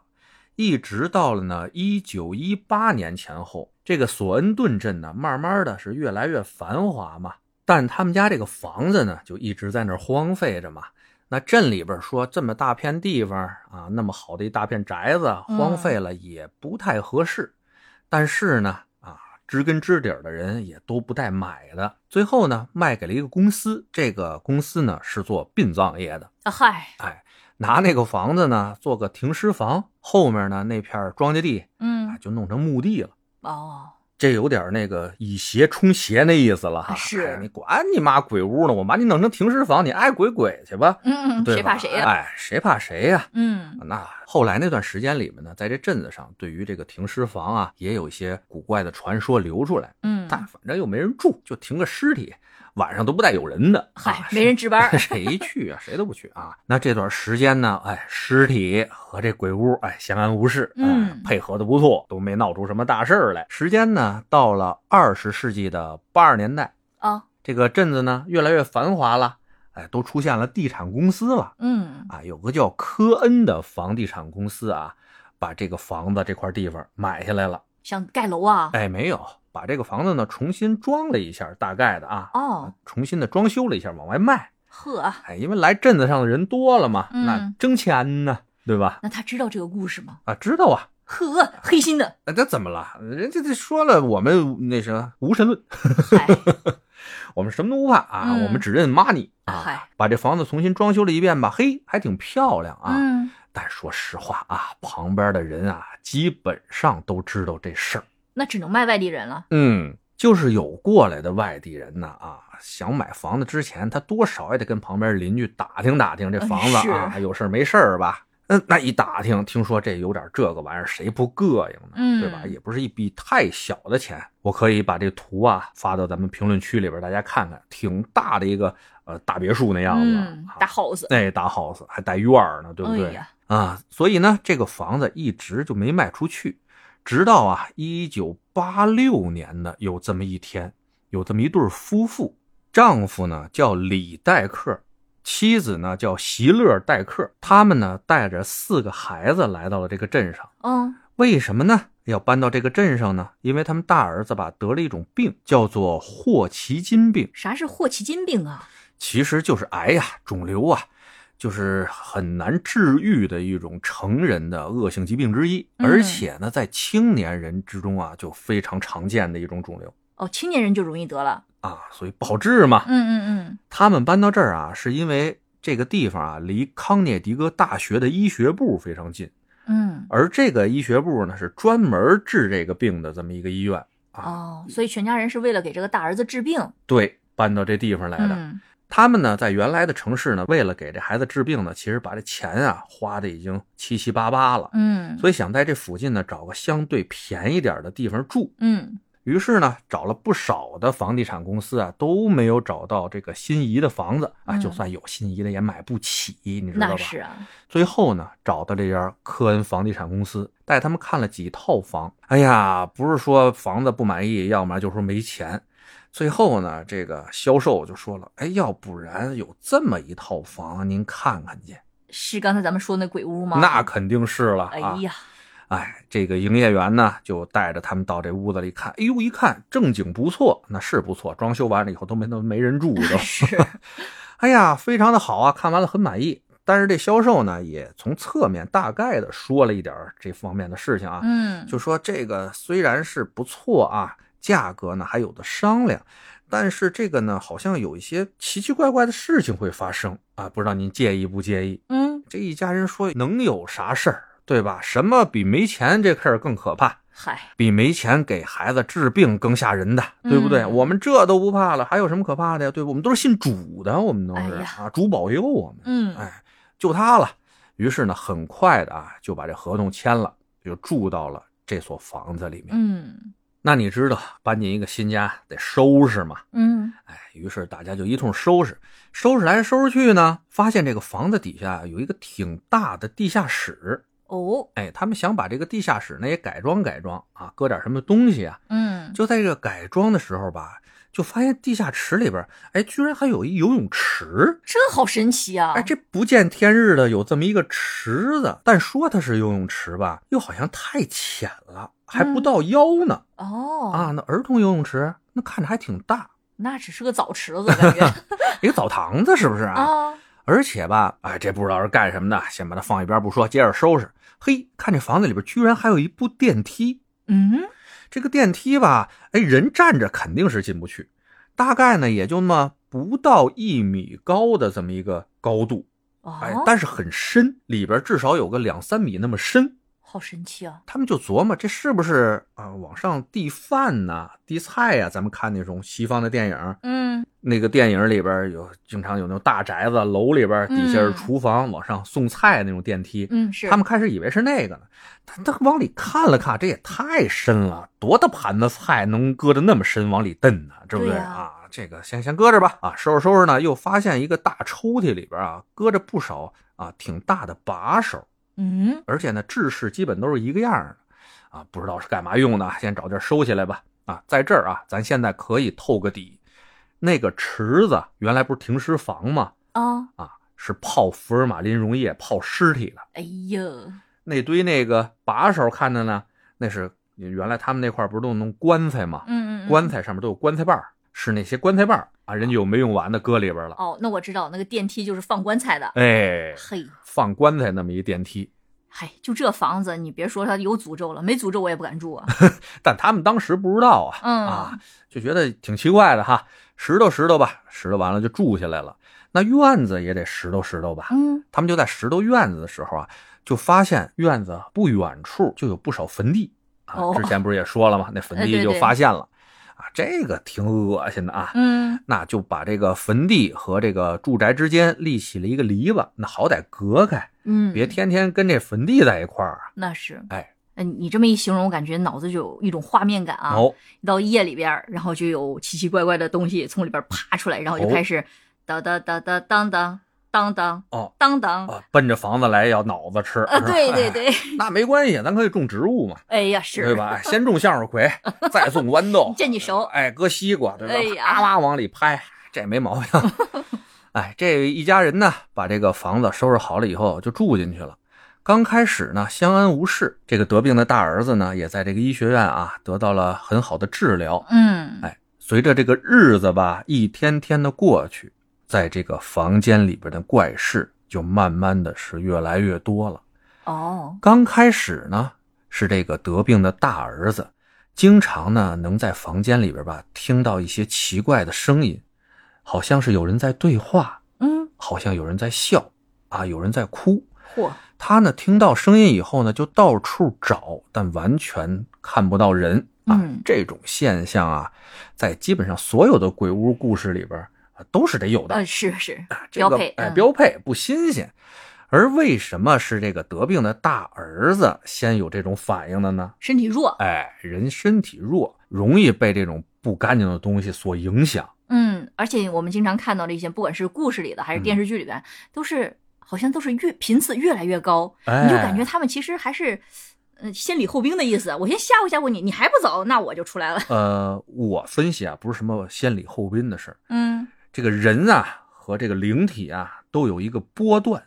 Speaker 3: 一直到了呢，一九一八年前后，这个索恩顿镇呢，慢慢的是越来越繁华嘛，但他们家这个房子呢，就一直在那儿荒废着嘛。那镇里边说这么大片地方啊，那么好的一大片宅子荒废了也不太合适，但是呢，啊，知根知底儿的人也都不带买的。最后呢，卖给了一个公司，这个公司呢是做殡葬业的，
Speaker 1: 啊嗨，
Speaker 3: 拿那个房子呢做个停尸房，后面呢那片庄稼地啊
Speaker 1: 嗯，
Speaker 3: 就弄成墓地了。
Speaker 1: 哦，
Speaker 3: 这有点那个以邪充邪那意思了哈。
Speaker 1: 啊是
Speaker 3: 哎你管你妈鬼屋呢，我把你弄成停尸房，你爱鬼鬼去吧，
Speaker 1: 嗯，
Speaker 3: 对
Speaker 1: 谁
Speaker 3: 吧
Speaker 1: 怕谁呀？
Speaker 3: 哎，谁怕谁呀、
Speaker 1: 嗯，
Speaker 3: 那后来那段时间里面呢，在这镇子上，对于这个停尸房啊，也有一些古怪的传说流出来。
Speaker 1: 嗯，
Speaker 3: 但反正又没人住，就停个尸体，晚上都不带有人的，
Speaker 1: 嗨
Speaker 3: 啊，，
Speaker 1: 没人值班儿
Speaker 3: 谁 去啊？谁都不去啊。那这段时间呢，哎，尸体和这鬼屋哎相安无事，哎
Speaker 1: 嗯
Speaker 3: 配合的不错，都没闹出什么大事儿来。时间呢，到了二十世纪的八十年代，
Speaker 1: 啊，
Speaker 3: 这个镇子呢越来越繁华了，哎，都出现了地产公司了。
Speaker 1: 嗯，
Speaker 3: 啊，有个叫科恩的房地产公司啊，把这个房子这块地方买下来了。
Speaker 1: 想盖楼啊，
Speaker 3: 哎，没有，把这个房子呢重新装了一下，大概的啊，
Speaker 1: 哦，
Speaker 3: 重新的装修了一下，往外卖。
Speaker 1: 呵，啊
Speaker 3: 哎，因为来镇子上的人多了嘛，那
Speaker 1: 嗯
Speaker 3: 挣钱呢，对吧？
Speaker 1: 那他知道这个故事吗？
Speaker 3: 啊，知道啊。
Speaker 1: 呵，黑心 的，
Speaker 3: 那这怎么了？人家这说了，我们那啥无神论，
Speaker 1: 嗨，
Speaker 3: 我们什么都不怕啊，
Speaker 1: 嗯
Speaker 3: 我们只认 money 啊。
Speaker 1: 嗨，
Speaker 3: 把这房子重新装修了一遍吧，嘿，还挺漂亮啊。
Speaker 1: 嗯，
Speaker 3: 但说实话啊，旁边的人啊，基本上都知道这事儿。
Speaker 1: 那只能卖外地人了。
Speaker 3: 嗯，就是有过来的外地人呢啊，想买房子之前，他多少也得跟旁边邻居打听打听这
Speaker 1: 嗯
Speaker 3: 房子啊，
Speaker 1: 是
Speaker 3: 有事儿没事儿吧？嗯，那一打听，听说这有点这个玩意儿，谁不膈应呢？
Speaker 1: 嗯
Speaker 3: 对吧？也不是一笔太小的钱，我可以把这图啊发到咱们评论区里边，大家看看，挺大的一个呃大别墅那样子，
Speaker 1: 嗯，大
Speaker 3: 啊
Speaker 1: house，
Speaker 3: 哎大 house 还带院儿呢，对不对？
Speaker 1: 哎呀，
Speaker 3: 啊，所以呢，这个房子一直就没卖出去，直到啊，一九八六年呢，有这么一天，有这么一对儿夫妇，丈夫呢叫李代克，妻子呢叫席勒代克，他们呢带着四个孩子来到了这个镇上。
Speaker 1: 嗯，
Speaker 3: 为什么呢？要搬到这个镇上呢？因为他们大儿子吧得了一种病，叫做霍奇金病。
Speaker 1: 啥是霍奇金病啊？
Speaker 3: 其实就是癌呀、肿瘤啊，就是很难治愈的一种成人的恶性疾病之一，
Speaker 1: 嗯
Speaker 3: 而且呢，在青年人之中啊，就非常常见的一种肿瘤
Speaker 1: 哦，青年人就容易得了。
Speaker 3: 啊，所以不好治嘛。
Speaker 1: 嗯嗯
Speaker 3: 他们搬到这儿啊，是因为这个地方啊，离康涅狄格大学的医学部非常近，
Speaker 1: 嗯嗯，
Speaker 3: 而这个医学部呢，是专门治这个病的这么一个医院啊。
Speaker 1: 哦，所以全家人是为了给这个大儿子治病
Speaker 3: 对，搬到这地方来的。
Speaker 1: 嗯
Speaker 3: 他们呢，在原来的城市呢，为了给这孩子治病呢，其实把这钱啊花的已经七七八八了，
Speaker 1: 嗯，
Speaker 3: 所以想在这附近呢找个相对便宜点的地方住。
Speaker 1: 嗯
Speaker 3: 于是呢，找了不少的房地产公司啊，都没有找到这个心仪的房子啊，
Speaker 1: 嗯
Speaker 3: 就算有心仪的也买不起，你知道吧
Speaker 1: 那？是啊，
Speaker 3: 最后呢，找到这家科恩房地产公司，带他们看了几套房。哎呀，不是说房子不满意，要么就说没钱。最后呢，这个销售就说了：“哎，要不然有这么一套房，您看看去。
Speaker 1: 是刚才咱们说那鬼屋”吗？
Speaker 3: 那肯定是了
Speaker 1: 哎
Speaker 3: 啊！
Speaker 1: 呀，
Speaker 3: 哎，这个营业员呢，就带着他们到这屋子里看。哎呦，一看正经不错，那是不错。装修完了以后都没都没人住都。
Speaker 1: 是，
Speaker 3: 哎呀，非常的好啊，看完了很满意。但是这销售呢，也从侧面大概的说了一点儿这方面的事情啊，
Speaker 1: 嗯，
Speaker 3: 就说这个虽然是不错啊，价格呢还有的商量，但是这个呢好像有一些奇奇怪怪的事情会发生啊，不知道您介意不介意？
Speaker 1: 嗯，
Speaker 3: 这一家人说能有啥事儿，对吧？什么比没钱这事儿更可怕？
Speaker 1: 嗨，
Speaker 3: 比没钱给孩子治病更吓人的，对不对？
Speaker 1: 嗯
Speaker 3: 我们这都不怕了，还有什么可怕的呀？对不？我们都是信主的，我们都是、
Speaker 1: 哎呀
Speaker 3: 啊，主保佑我们，
Speaker 1: 嗯
Speaker 3: 哎，就他了。于是呢，很快的啊，就把这合同签了，就住到了这所房子里面。
Speaker 1: 嗯
Speaker 3: 那你知道搬进一个新家得收拾嘛？
Speaker 1: 嗯，
Speaker 3: 哎，于是大家就一通收拾，收拾来收拾去呢，发现这个房子底下啊有一个挺大的地下室。
Speaker 1: 哦，
Speaker 3: 哎，他们想把这个地下室呢也改装改装啊，搁点什么东西啊。
Speaker 1: 嗯，
Speaker 3: 就在这个改装的时候吧，就发现地下室里边，哎，居然还有一游泳池。
Speaker 1: 真好神奇啊！
Speaker 3: 哎，这不见天日的有这么一个池子，但说它是游泳池吧，又好像太浅了，还不
Speaker 1: 嗯
Speaker 3: 到腰呢。
Speaker 1: 哦
Speaker 3: 啊，，那儿童游泳池那看着还挺大，
Speaker 1: 那只是个澡池子感觉
Speaker 3: 一个澡堂子是不是啊？
Speaker 1: 啊，
Speaker 3: 而且吧，哎，这不知道是干什么的，先把它放一边不说，接着收拾。嘿，看这房子里边居然还有一部电梯，
Speaker 1: 嗯
Speaker 3: 这个电梯吧，哎，人站着肯定是进不去，大概呢也就那么不到一米高的这么一个高度，
Speaker 1: 哦，
Speaker 3: 哎，但是很深，里边至少有个两三米那么深。
Speaker 1: 好神奇啊！
Speaker 3: 他们就琢磨这是不是啊、往上递饭呐、递菜呀、咱们看那种西方的电影，
Speaker 1: 嗯
Speaker 3: 那个电影里边有经常有那种大宅子，楼里边底下是厨房，往上送菜那种电梯。
Speaker 1: 嗯，是
Speaker 3: 他们开始以为是那个呢，他他往里看了看，这也太深了，多大盘子菜能搁得那么深往里蹬呢？对不
Speaker 1: 对呀
Speaker 3: 啊？这个先先搁着吧啊，收拾收拾呢，又发现一个大抽屉里边啊，搁着不少啊挺大的把手，
Speaker 1: 嗯
Speaker 3: 而且呢制式基本都是一个样儿的啊，不知道是干嘛用的，先找地儿收起来吧啊，在这儿啊，咱现在可以透个底，那个池子原来不是停尸房吗？
Speaker 1: 啊，
Speaker 3: 啊，是泡福尔马林溶液泡尸体的。
Speaker 1: 哎呀，
Speaker 3: 那堆那个把手看的呢，那是原来他们那块儿不是都弄棺材吗？
Speaker 1: 嗯嗯，嗯
Speaker 3: 棺材上面都有棺材瓣儿，是那些棺材瓣儿啊，人家有没用完的搁里边了。
Speaker 1: 哦，那我知道那个电梯就是放棺材的，
Speaker 3: 哎，
Speaker 1: 嘿。
Speaker 3: 放棺材那么一电梯，
Speaker 1: 嗨，就这房子，你别说它有诅咒了，没诅咒我也不敢住啊。
Speaker 3: 但他们当时不知道啊，
Speaker 1: 嗯
Speaker 3: 啊，就觉得挺奇怪的哈。拾掇拾掇吧，拾掇完了就住下来了。那院子也得拾掇拾掇吧。
Speaker 1: 嗯，
Speaker 3: 他们就在拾掇院子的时候啊，就发现院子不远处就有不少坟地啊
Speaker 1: 哦。
Speaker 3: 之前不是也 说了吗？那坟
Speaker 1: 哎对
Speaker 3: 地就
Speaker 1: 对
Speaker 3: 发现了啊，这个挺恶心的啊。
Speaker 1: 嗯，
Speaker 3: 那就把这个坟地和这个住宅之间立起了一个篱笆，那好歹隔开，
Speaker 1: 嗯，
Speaker 3: 别天天跟这坟地在一块儿
Speaker 1: 那是，
Speaker 3: 哎
Speaker 1: 呃，你这么一形容，我感觉脑子就有一种画面感
Speaker 3: 啊。
Speaker 1: 啊。
Speaker 3: 哦，
Speaker 1: 到夜里边儿，然后就有奇奇怪怪的东西从里边儿爬出来，然后就
Speaker 3: 哦
Speaker 1: 开始当当当当当当当当
Speaker 3: 哦
Speaker 1: 当当，
Speaker 3: 啊，奔着房子来要脑子吃，
Speaker 1: 呃，
Speaker 3: 是吧
Speaker 1: 对对，对，
Speaker 3: 那没关系，咱可以种植物嘛，
Speaker 1: 哎呀是，
Speaker 3: 对？吧？先种向 日葵，再种豌豆，
Speaker 1: 这你熟
Speaker 3: 哎，搁西瓜，对吧？
Speaker 1: 哎呀
Speaker 3: 啪啦往里拍，这没毛病。 哎，这一家人呢，把这个房子收拾好了以后，就住进去了。刚开始呢，相安无事。这个得病的大儿子呢，也在这个医学院啊，得到了很好的治疗。
Speaker 1: 嗯，
Speaker 3: 哎，随着这个日子吧，一天天的过去，在这个房间里边的怪事就慢慢的是越来越多了。
Speaker 1: 哦，
Speaker 3: 刚开始呢，是这个得病的大儿子，经常呢能在房间里边吧听到一些奇怪的声音，好像是有人在对话，
Speaker 1: 嗯，
Speaker 3: 好像有人在笑，啊，有人在哭。
Speaker 1: 嚯，
Speaker 3: 他呢听到声音以后呢，就到处找，但完全看不到人啊。
Speaker 1: 嗯
Speaker 3: 这种现象啊，在基本上所有的鬼屋故事里边啊都是得有的。
Speaker 1: 呃，是是，
Speaker 3: 这个
Speaker 1: 标配
Speaker 3: 哎，
Speaker 1: 嗯
Speaker 3: 标配不新鲜。而为什么是这个得病的大儿子先有这种反应的呢？
Speaker 1: 身体 弱，
Speaker 3: 哎，人身体弱，容易被这种不干净的东西所影响。
Speaker 1: 嗯，而且我们经常看到的一些，不管是故事里的还是电视剧里边，都是好像都是越频次越来越高，
Speaker 3: 哎，
Speaker 1: 你就感觉他们其实还是，呃，先礼后兵的意思。我先吓唬吓唬你，你还不走，那我就出来了。
Speaker 3: 呃，我分析啊，不是什么先礼后兵的事儿。
Speaker 1: 嗯，
Speaker 3: 这个人啊和这个灵体啊都有一个波段，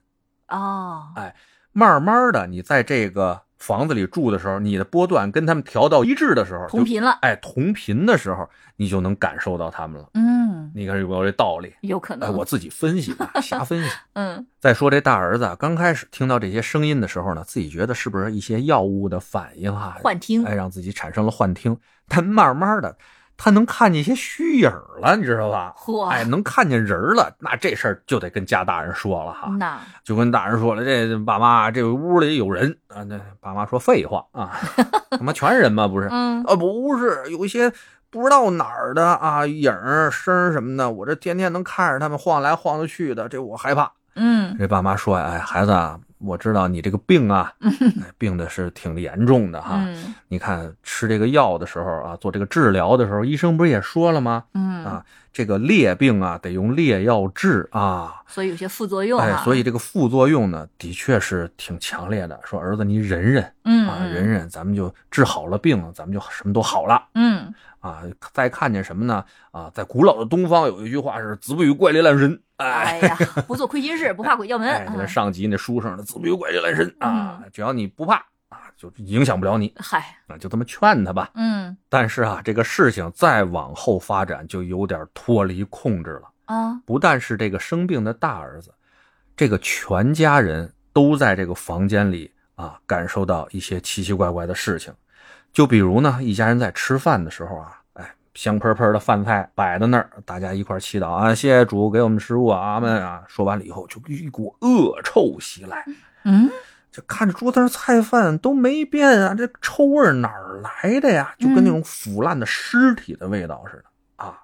Speaker 1: 哦，
Speaker 3: 哎慢慢的，你在这个房子里住的时候，你的波段跟他们调到一致的时候，
Speaker 1: 同
Speaker 3: 就
Speaker 1: 频了。
Speaker 3: 哎，同频的时候，你就能感受到他们了。
Speaker 1: 嗯，
Speaker 3: 你看有没有这道理？
Speaker 1: 有可
Speaker 3: 哎，
Speaker 1: 能。
Speaker 3: 我自己分 析的，瞎分析。
Speaker 1: 嗯
Speaker 3: 再说这大儿子啊，刚开始听到这些声音的时候呢，自己觉得是不是一些药物的反应啊，
Speaker 1: 幻听
Speaker 3: 哎，让自己产生了幻听。但慢慢的，他能看见一些虚影了，你知道吧？
Speaker 1: 嚯
Speaker 3: 哎，能看见人了，那这事儿就得跟家大人说了哈，
Speaker 1: 那
Speaker 3: 就跟大人说了，这爸妈这屋里有人啊，那爸妈说废话 啊，他妈全是人嘛，不是？
Speaker 1: 嗯
Speaker 3: 啊，不是，有一些不知道哪儿的啊影儿声儿什么的，我这天天能看着他们晃来晃去的，这我害怕。
Speaker 1: 嗯，
Speaker 3: 这爸妈说：“哎，孩子啊，我知道你这个病 啊，哎病的是挺严重的哈。
Speaker 1: 嗯
Speaker 3: 你看吃这个药的时候啊，做这个治疗的时候，医生不是也说了吗？
Speaker 1: 嗯
Speaker 3: 啊，这个裂病啊，得用裂药治啊。
Speaker 1: 所以有些副作用
Speaker 3: 哎
Speaker 1: 啊，，
Speaker 3: 所以这个副作用呢，的确是挺强烈的。说儿子，你忍忍
Speaker 1: 嗯
Speaker 3: 啊，忍忍，咱们就治好了病，咱们就什么都好了。”
Speaker 1: 嗯
Speaker 3: 啊，再看见什么呢？啊，在古老的东方有一句话是“子不语怪力乱神”，哎，
Speaker 1: 哎呀，不做亏心事，不怕鬼叫门。
Speaker 3: 哎，那
Speaker 1: 嗯
Speaker 3: 上集那书上的自比鬼力乱神啊，只要你不怕啊，就影响不了你
Speaker 1: 嗨，
Speaker 3: 啊，就这么劝他吧。
Speaker 1: 嗯
Speaker 3: 但是啊，这个事情再往后发展就有点脱离控制了。
Speaker 1: 啊，
Speaker 3: 不但是这个生病的大儿子，这个全家人都在这个房间里啊，感受到一些奇奇怪怪的事情。就比如呢，一家人在吃饭的时候啊，哎，香喷喷的饭菜摆在那儿，大家一块儿祈祷啊，谢谢主给我们食物啊，阿门啊。说完了以后，就一股恶臭袭来，
Speaker 1: 嗯
Speaker 3: 这看着桌子上菜饭都没变啊，这臭味儿哪儿来的呀？就跟那种腐烂的尸体的味道似的啊！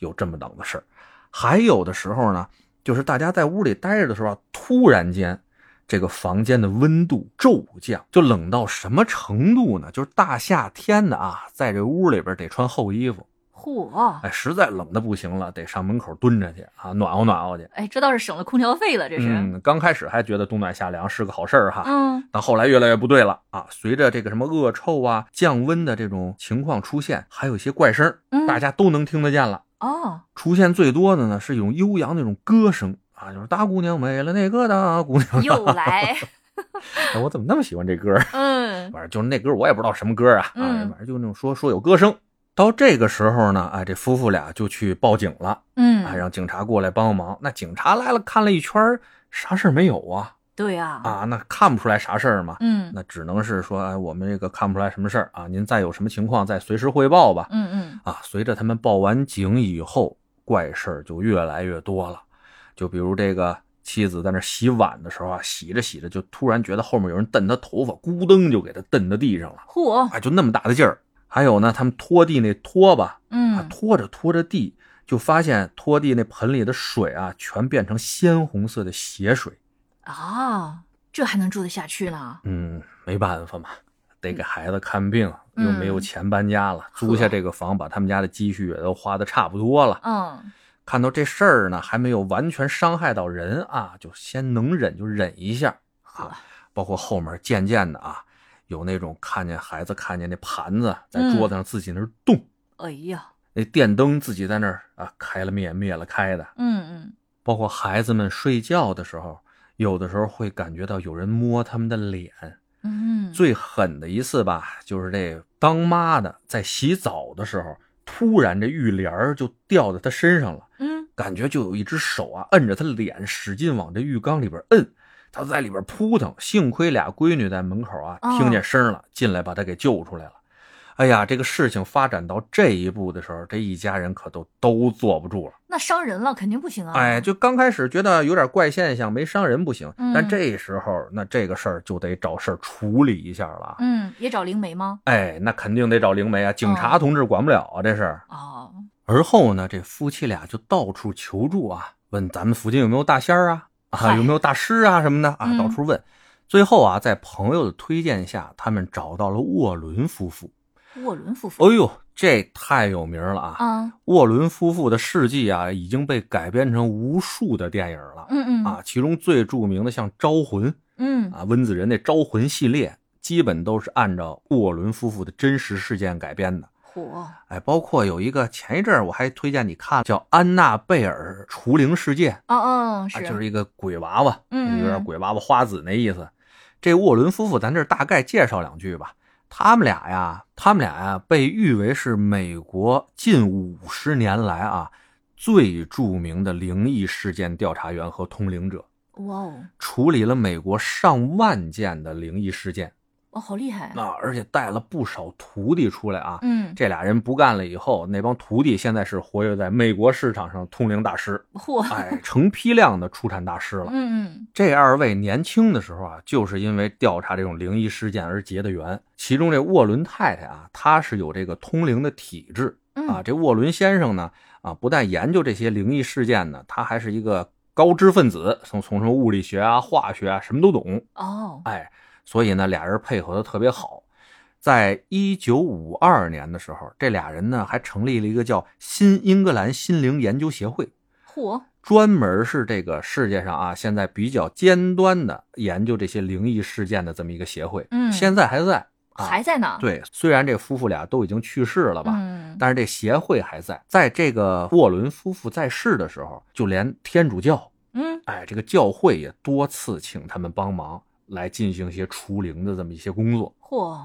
Speaker 3: 有这么档子事儿，还有的时候呢，就是大家在屋里待着的时候啊，突然间。这个房间的温度骤降，就冷到什么程度呢？就是大夏天的啊，在这屋里边得穿厚衣服，
Speaker 1: 嚯，
Speaker 3: 哎，实在冷的不行了，得上门口蹲着去啊，暖和暖和去。
Speaker 1: 哎，这倒是省了空调费了，这是。
Speaker 3: 嗯，刚开始还觉得冬暖夏凉是个好事儿哈，
Speaker 1: 嗯
Speaker 3: 但后来越来越不对了啊！随着这个什么恶臭啊、降温的这种情况出现，还有一些怪声儿，
Speaker 1: 嗯，
Speaker 3: 大家都能听得见了。
Speaker 1: 哦，
Speaker 3: 出现最多的呢是一种悠扬那种歌声啊，就是大姑娘为了那个大姑娘。
Speaker 1: 又来，
Speaker 3: 哎我怎么那么喜欢这歌儿？
Speaker 1: 嗯
Speaker 3: 反正就是那歌儿我也不知道什么歌儿啊啊，
Speaker 1: 嗯
Speaker 3: 反正就那种说说有歌声。到这个时候呢，哎，这夫妇俩就去报警了，啊，
Speaker 1: 嗯，
Speaker 3: 让警察过来帮忙。那警察来了，看了一圈儿，啥事儿没有啊？
Speaker 1: 对呀，
Speaker 3: 啊，那看不出来啥事儿嘛。
Speaker 1: 嗯
Speaker 3: 那只能是说，哎，我们这个看不出来什么事儿啊，您再有什么情况再随时汇报吧。
Speaker 1: 嗯嗯，
Speaker 3: 啊，随着他们报完警以后，怪事儿就越来越多了。就比如这个妻子在那洗碗的时候啊，洗着洗着就突然觉得后面有人蹬她头发，咕噔就给她蹬到地上了，
Speaker 1: 嚯，
Speaker 3: 哎，就那么大的劲儿。还有呢，他们拖地那拖把，啊
Speaker 1: 嗯，
Speaker 3: 拖着拖着地，就发现拖地那盆里的水啊，全变成鲜红色的血水。
Speaker 1: 啊，这还能住得下去呢？
Speaker 3: 嗯，没办法嘛，得给孩子看病，又没有
Speaker 1: 嗯
Speaker 3: 钱搬家了，
Speaker 1: 呵
Speaker 3: 租下这个房，把他们家的积蓄也都花的差不多了。
Speaker 1: 嗯，
Speaker 3: 看到这事儿呢，还没有完全伤害到人啊，就先能忍就忍一下。啊
Speaker 1: 呵，
Speaker 3: 包括后面渐渐的啊，有那种看见孩子看见那盘子在桌子上自己那儿动，
Speaker 1: 哎呀，
Speaker 3: 那电灯自己在那儿啊开了灭灭了开的，
Speaker 1: 嗯
Speaker 3: 包括孩子们睡觉的时候，有的时候会感觉到有人摸他们的脸。
Speaker 1: 嗯嗯，
Speaker 3: 最狠的一次吧，就是这当妈的在洗澡的时候，突然这浴帘儿就掉在她身上了，
Speaker 1: 嗯
Speaker 3: 感觉就有一只手啊摁着她脸，使劲往这浴缸里边摁。她在里边扑腾，幸亏俩闺女在门口啊
Speaker 1: 哦
Speaker 3: 听见声了，进来把她给救出来了。哎呀，这个事情发展到这一步的时候，这一家人可都都坐不住了。
Speaker 1: 那伤人了肯定不行啊。
Speaker 3: 哎，就刚开始觉得有点怪现象，没伤人不行，
Speaker 1: 嗯
Speaker 3: 但这时候那这个事儿就得找事儿处理一下了。啊
Speaker 1: 嗯，也找灵媒吗？
Speaker 3: 哎，那肯定得找灵媒啊，警察同志管不了啊，这事儿。
Speaker 1: 哦，
Speaker 3: 而后呢，这夫妻俩就到处求助啊，问咱们附近有没有大仙儿啊，啊
Speaker 1: 嗨
Speaker 3: 有没有大师啊什么的啊，
Speaker 1: 嗯
Speaker 3: 到处问。最后啊，在朋友的推荐下，他们找到了沃伦夫妇。
Speaker 1: 沃伦夫妇。
Speaker 3: 哎呦，这太有名了啊！
Speaker 1: 啊，
Speaker 3: 沃伦夫妇的事迹啊，已经被改编成无数的电影了。
Speaker 1: 嗯嗯
Speaker 3: 啊，其中最著名的像《招魂》
Speaker 1: 嗯，
Speaker 3: 啊，温子仁那《招魂》系列，基本都是按照沃伦夫妇的真实事件改编的。
Speaker 1: 火
Speaker 3: 哎，包括有一个前一阵儿我还推荐你看，叫《安娜贝尔除灵事件》，
Speaker 1: 哦哦
Speaker 3: 啊
Speaker 1: 是，
Speaker 3: 就是一个鬼娃娃，
Speaker 1: 嗯嗯
Speaker 3: 有点鬼娃娃花子那意思。这沃伦夫妇，咱这儿大概介绍两句吧。他们俩呀，他们俩呀，被誉为是美国近五十年来啊最著名的灵异事件调查员和通灵者。
Speaker 1: 哇哦，
Speaker 3: 处理了美国上万件的灵异事件，
Speaker 1: 哇哦好厉害
Speaker 3: 那、！而且带了不少徒弟出来啊。
Speaker 1: 嗯，
Speaker 3: 这俩人不干了以后，那帮徒弟现在是活跃在美国市场上通灵大师，
Speaker 1: 嚯，
Speaker 3: 哎，成批量的出产大师了。
Speaker 1: 嗯
Speaker 3: 这二位年轻的时候啊，就是因为调查这种灵异事件而结的缘。其中这沃伦太太啊，她是有这个通灵的体质
Speaker 1: 嗯
Speaker 3: 啊。
Speaker 1: 嗯，
Speaker 3: 这沃伦先生呢，啊，不但研究这些灵异事件呢，他还是一个高知分子，从从什么物理学啊、化学啊，什么都懂。
Speaker 1: 哦，
Speaker 3: 哎，所以呢，俩人配合的特别好。在一九五二年的时候，这俩人呢还成立了一个叫新英格兰心灵研究协会，
Speaker 1: 嚯，
Speaker 3: 专门是这个世界上啊现在比较尖端的研究这些灵异事件的这么一个协会。
Speaker 1: 嗯
Speaker 3: 现在还在啊。
Speaker 1: 还在呢。
Speaker 3: 对，虽然这夫妇俩都已经去世了吧，
Speaker 1: 嗯，
Speaker 3: 但是这协会还在。在这个沃伦夫妇在世的时候，就连天主教
Speaker 1: 嗯，
Speaker 3: 哎，这个教会也多次请他们帮忙来进行一些除灵的这么一些工作。
Speaker 1: 嚯，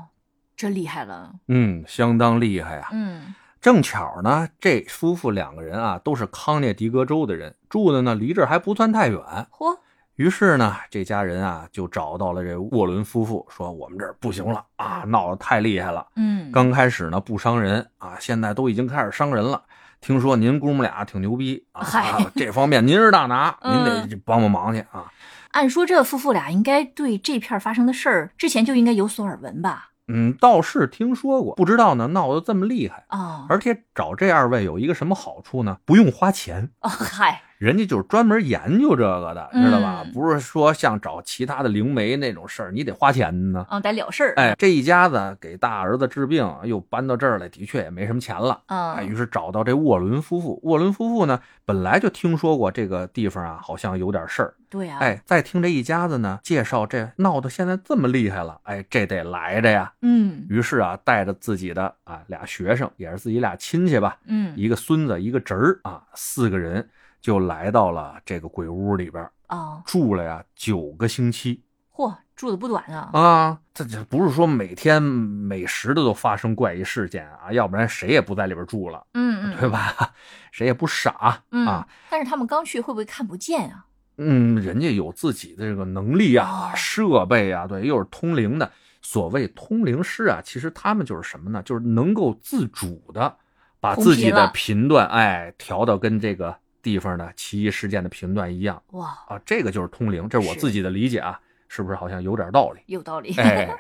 Speaker 1: 真厉害了。
Speaker 3: 嗯，相当厉害呀、
Speaker 1: 嗯
Speaker 3: 正巧呢，这夫妇两个人啊，都是康涅狄格州的人，住的呢离这儿还不算太远。
Speaker 1: 嚯，
Speaker 3: 于是呢，这家人啊就找到了这沃伦夫妇，说我们这儿不行了啊，闹得太厉害了。
Speaker 1: 嗯，
Speaker 3: 刚开始呢不伤人啊，现在都已经开始伤人了。听说您姑母俩挺牛逼啊，
Speaker 1: 嗨
Speaker 3: 这方面您是大 拿，您得
Speaker 1: 嗯
Speaker 3: 去帮帮忙去啊。
Speaker 1: 按说这夫妇俩应该对这片儿发生的事儿之前就应该有所耳闻吧？
Speaker 3: 嗯，倒是听说过，不知道呢，闹得这么厉害。
Speaker 1: 啊、
Speaker 3: 而且找这二位有一个什么好处呢？不用花钱，
Speaker 1: 哦，嗨，
Speaker 3: 人家就是专门研究这个的，知道吧？
Speaker 1: 嗯
Speaker 3: 不是说像找其他的灵媒那种事儿，你得花钱呢。
Speaker 1: 嗯，得了事儿。
Speaker 3: 哎，这一家子给大儿子治病，又搬到这儿来，的确也没什么钱了。哎，于
Speaker 1: 嗯，
Speaker 3: 是找到这沃伦夫妇。沃伦夫妇呢，本来就听说过这个地方啊，好像有点事儿。
Speaker 1: 对啊呀、
Speaker 3: 哎，再听这一家子呢介绍，这闹得现在这么厉害了，哎，这得来的呀。
Speaker 1: 嗯
Speaker 3: 于是啊，带着自己的啊俩学生，也是自己俩亲戚吧，
Speaker 1: 嗯，
Speaker 3: 一个孙子，一个侄儿啊，四个人就来到了这个鬼屋里边，
Speaker 1: 哦，
Speaker 3: 住了呀九个星期
Speaker 1: 嚯，住的不短啊。
Speaker 3: 啊。这这不是说每天每时的都发生怪异事件啊，要不然谁也不在里边住了，
Speaker 1: 嗯
Speaker 3: 对
Speaker 1: 嗯
Speaker 3: 吧？ 谁也不傻
Speaker 1: 嗯
Speaker 3: 啊。
Speaker 1: 但是他们刚去会不会看不见啊？
Speaker 3: 嗯，人家有自己的这个能力啊、
Speaker 1: 哦
Speaker 3: 设备啊，对，又是通灵的。所谓通灵师啊，其实他们就是什么呢？就是能够自主的把
Speaker 1: 同
Speaker 3: 自
Speaker 1: 频
Speaker 3: 己的
Speaker 1: 了
Speaker 3: 频段哎调到跟这个地方的奇异事件的频段一样
Speaker 1: 哇，
Speaker 3: 啊，这个就是通灵，这是我
Speaker 1: 是
Speaker 3: 自己的理解啊，是不是好像有点道理？
Speaker 1: 有道理。
Speaker 3: 哎，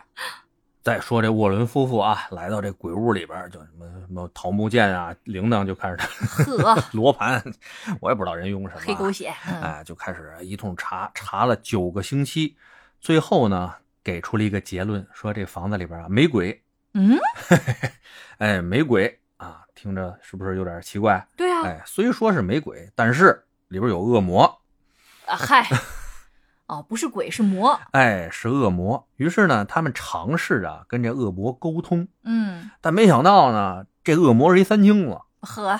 Speaker 3: 再说这沃伦夫妇啊，来到这鬼屋里边儿，就什么什么桃木剑啊、铃铛就开始
Speaker 1: 呵，
Speaker 3: 罗盘，我也不知道人用什么啊、
Speaker 1: 黑狗血，嗯，
Speaker 3: 哎，就开始一通查，查了九个星期，最后呢，给出了一个结论，说这房子里边啊没鬼，
Speaker 1: 嗯，
Speaker 3: 哎，没鬼啊，听着是不是有点奇怪？
Speaker 1: 对啊，
Speaker 3: 哎，虽说是没鬼，但是里边有恶魔，
Speaker 1: 啊嗨， 哦，不是鬼是魔，
Speaker 3: 哎，是恶魔。于是呢，他们尝试着跟这恶魔沟通，
Speaker 1: 嗯，
Speaker 3: 但没想到呢，这恶魔是一三清了
Speaker 1: 呵，
Speaker 3: 啊，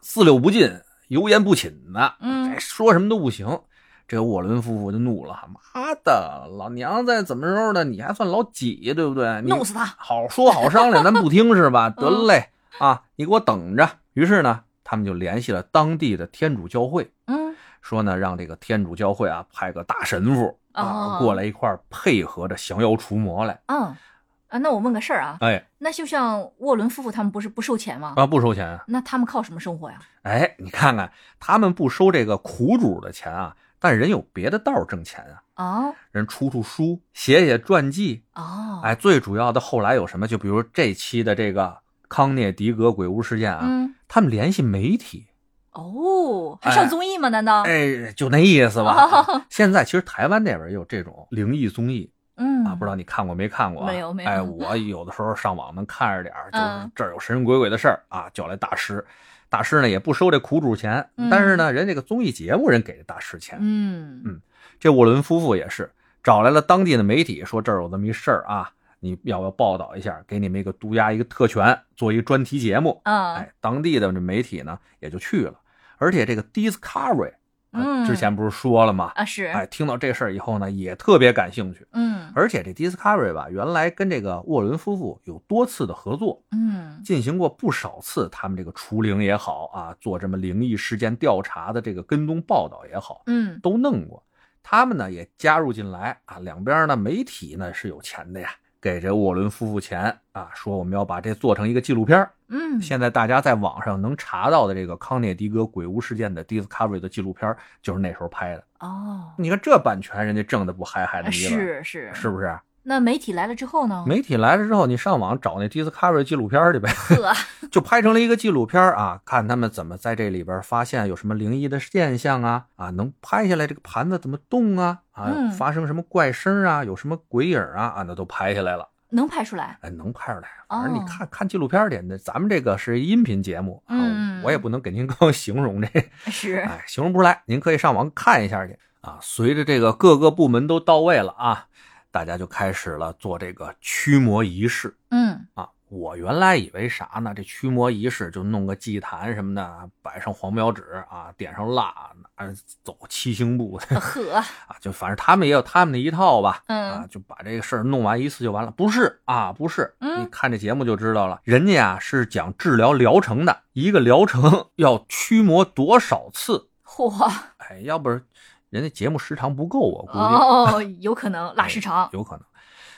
Speaker 3: 四六不进，油盐不侵的，
Speaker 1: 嗯
Speaker 3: 哎说什么都不行。这个沃伦夫妇就怒了：“妈的，老娘在怎么时候呢？你还算老几，对不对？你
Speaker 1: 弄死他！
Speaker 3: 好说好商量，咱不听 是吧？得嘞、啊，你给我等着。”于是呢，他们就联系了当地的天主教会，
Speaker 1: 嗯，
Speaker 3: 说呢，让这个天主教会啊派个大神父啊、
Speaker 1: 哦
Speaker 3: 过来一块儿配合着降妖除魔来。
Speaker 1: 嗯，啊，那我问个事儿啊，
Speaker 3: 哎
Speaker 1: 那就像沃伦夫妇他们不是不收钱吗？
Speaker 3: 啊，不收钱啊！
Speaker 1: 那他们靠什么生活呀？
Speaker 3: 哎，你看看他们不收这个苦主的钱啊，但人有别的道儿挣钱啊，
Speaker 1: 哦
Speaker 3: 人出出书，写写传记。
Speaker 1: 哦，
Speaker 3: 哎，最主要的后来有什么？就比如这期的这个康涅狄格鬼屋事件啊，
Speaker 1: 嗯，
Speaker 3: 他们联系媒体，
Speaker 1: 哦，还
Speaker 3: 哎
Speaker 1: 上综艺吗？难道？
Speaker 3: 哎，就那意思吧。
Speaker 1: 哦
Speaker 3: 啊现在其实台湾这边也有这种灵异综艺，
Speaker 1: 嗯
Speaker 3: 啊，不知道你看过没看过、啊？
Speaker 1: 没有没有
Speaker 3: 哎，我有的时候上网能看着点儿，就是
Speaker 1: 嗯
Speaker 3: 这儿有神神鬼鬼的事儿啊，叫来大师。大师呢也不收这苦主钱，
Speaker 1: 嗯
Speaker 3: 但是呢，人这个综艺节目人给这大师钱。
Speaker 1: 嗯
Speaker 3: 嗯这沃伦夫妇也是找来了当地的媒体，说这儿有这么一事儿啊，你要不要报道一下？给你们一个独家一个特权，做一个专题节目。
Speaker 1: 啊
Speaker 3: 哎，当地的这媒体呢也就去了，而且这个 Discovery，、啊、
Speaker 1: 嗯
Speaker 3: 之前不是说了吗？
Speaker 1: 啊是，
Speaker 3: 哎，听到这事儿以后呢，也特别感兴趣。
Speaker 1: 嗯
Speaker 3: 而且这 Discovery 吧，原来跟这个沃伦夫妇有多次的合作，
Speaker 1: 嗯
Speaker 3: 进行过不少次他们这个除灵也好啊，做这么灵异事件调查的这个跟踪报道也好，
Speaker 1: 嗯
Speaker 3: 都弄过。他们呢也加入进来啊，两边呢媒体呢是有钱的呀，给这沃伦夫妇钱啊，说我们要把这做成一个纪录片儿。
Speaker 1: 嗯，
Speaker 3: 现在大家在网上能查到的这个康涅狄格鬼屋事件的 Discovery 的纪录片儿，就是那时候拍的。
Speaker 1: 哦，
Speaker 3: 你看这版权，人家挣的不嗨嗨的
Speaker 1: 啊
Speaker 3: 你了，
Speaker 1: 是是
Speaker 3: 是。不是？
Speaker 1: 那媒体来了之后呢？
Speaker 3: 媒体来了之后，你上网找那 Discovery 纪录片去呗，
Speaker 1: 呵， 啊
Speaker 3: 就拍成了一个纪录片啊，看他们怎么在这里边发现有什么灵异的现象啊啊，能拍下来这个盘子怎么动啊啊，
Speaker 1: 嗯
Speaker 3: 发生什么怪声啊，有什么鬼影啊啊，那都拍下来了，
Speaker 1: 能拍出来？
Speaker 3: 哎，能拍出来。反正
Speaker 1: 哦
Speaker 3: 你看、看纪录片去，那咱们这个是音频节目啊，
Speaker 1: 嗯
Speaker 3: 我也不能给您更形容这，
Speaker 1: 是，
Speaker 3: 哎，形容不出来，您可以上网看一下去啊。随着这个各个部门都到位了啊，大家就开始了做这个驱魔仪式。
Speaker 1: 嗯
Speaker 3: 啊，我原来以为啥呢？这驱魔仪式就弄个祭坛什么的，啊摆上黄标纸啊，点上蜡，拿着走七星步
Speaker 1: 呵，
Speaker 3: 啊，就反正他们也有他们的一套吧。啊
Speaker 1: 嗯，
Speaker 3: 就把这个事儿弄完一次就完了？不是啊，不是，
Speaker 1: 嗯
Speaker 3: 你看这节目就知道了。人家啊是讲治疗疗程的，一个疗程要驱魔多少次？
Speaker 1: 嚯，
Speaker 3: 哎，要不是人家节目时长不够，啊我估计、
Speaker 1: 哦，有可能拉时长，
Speaker 3: 哎有可能。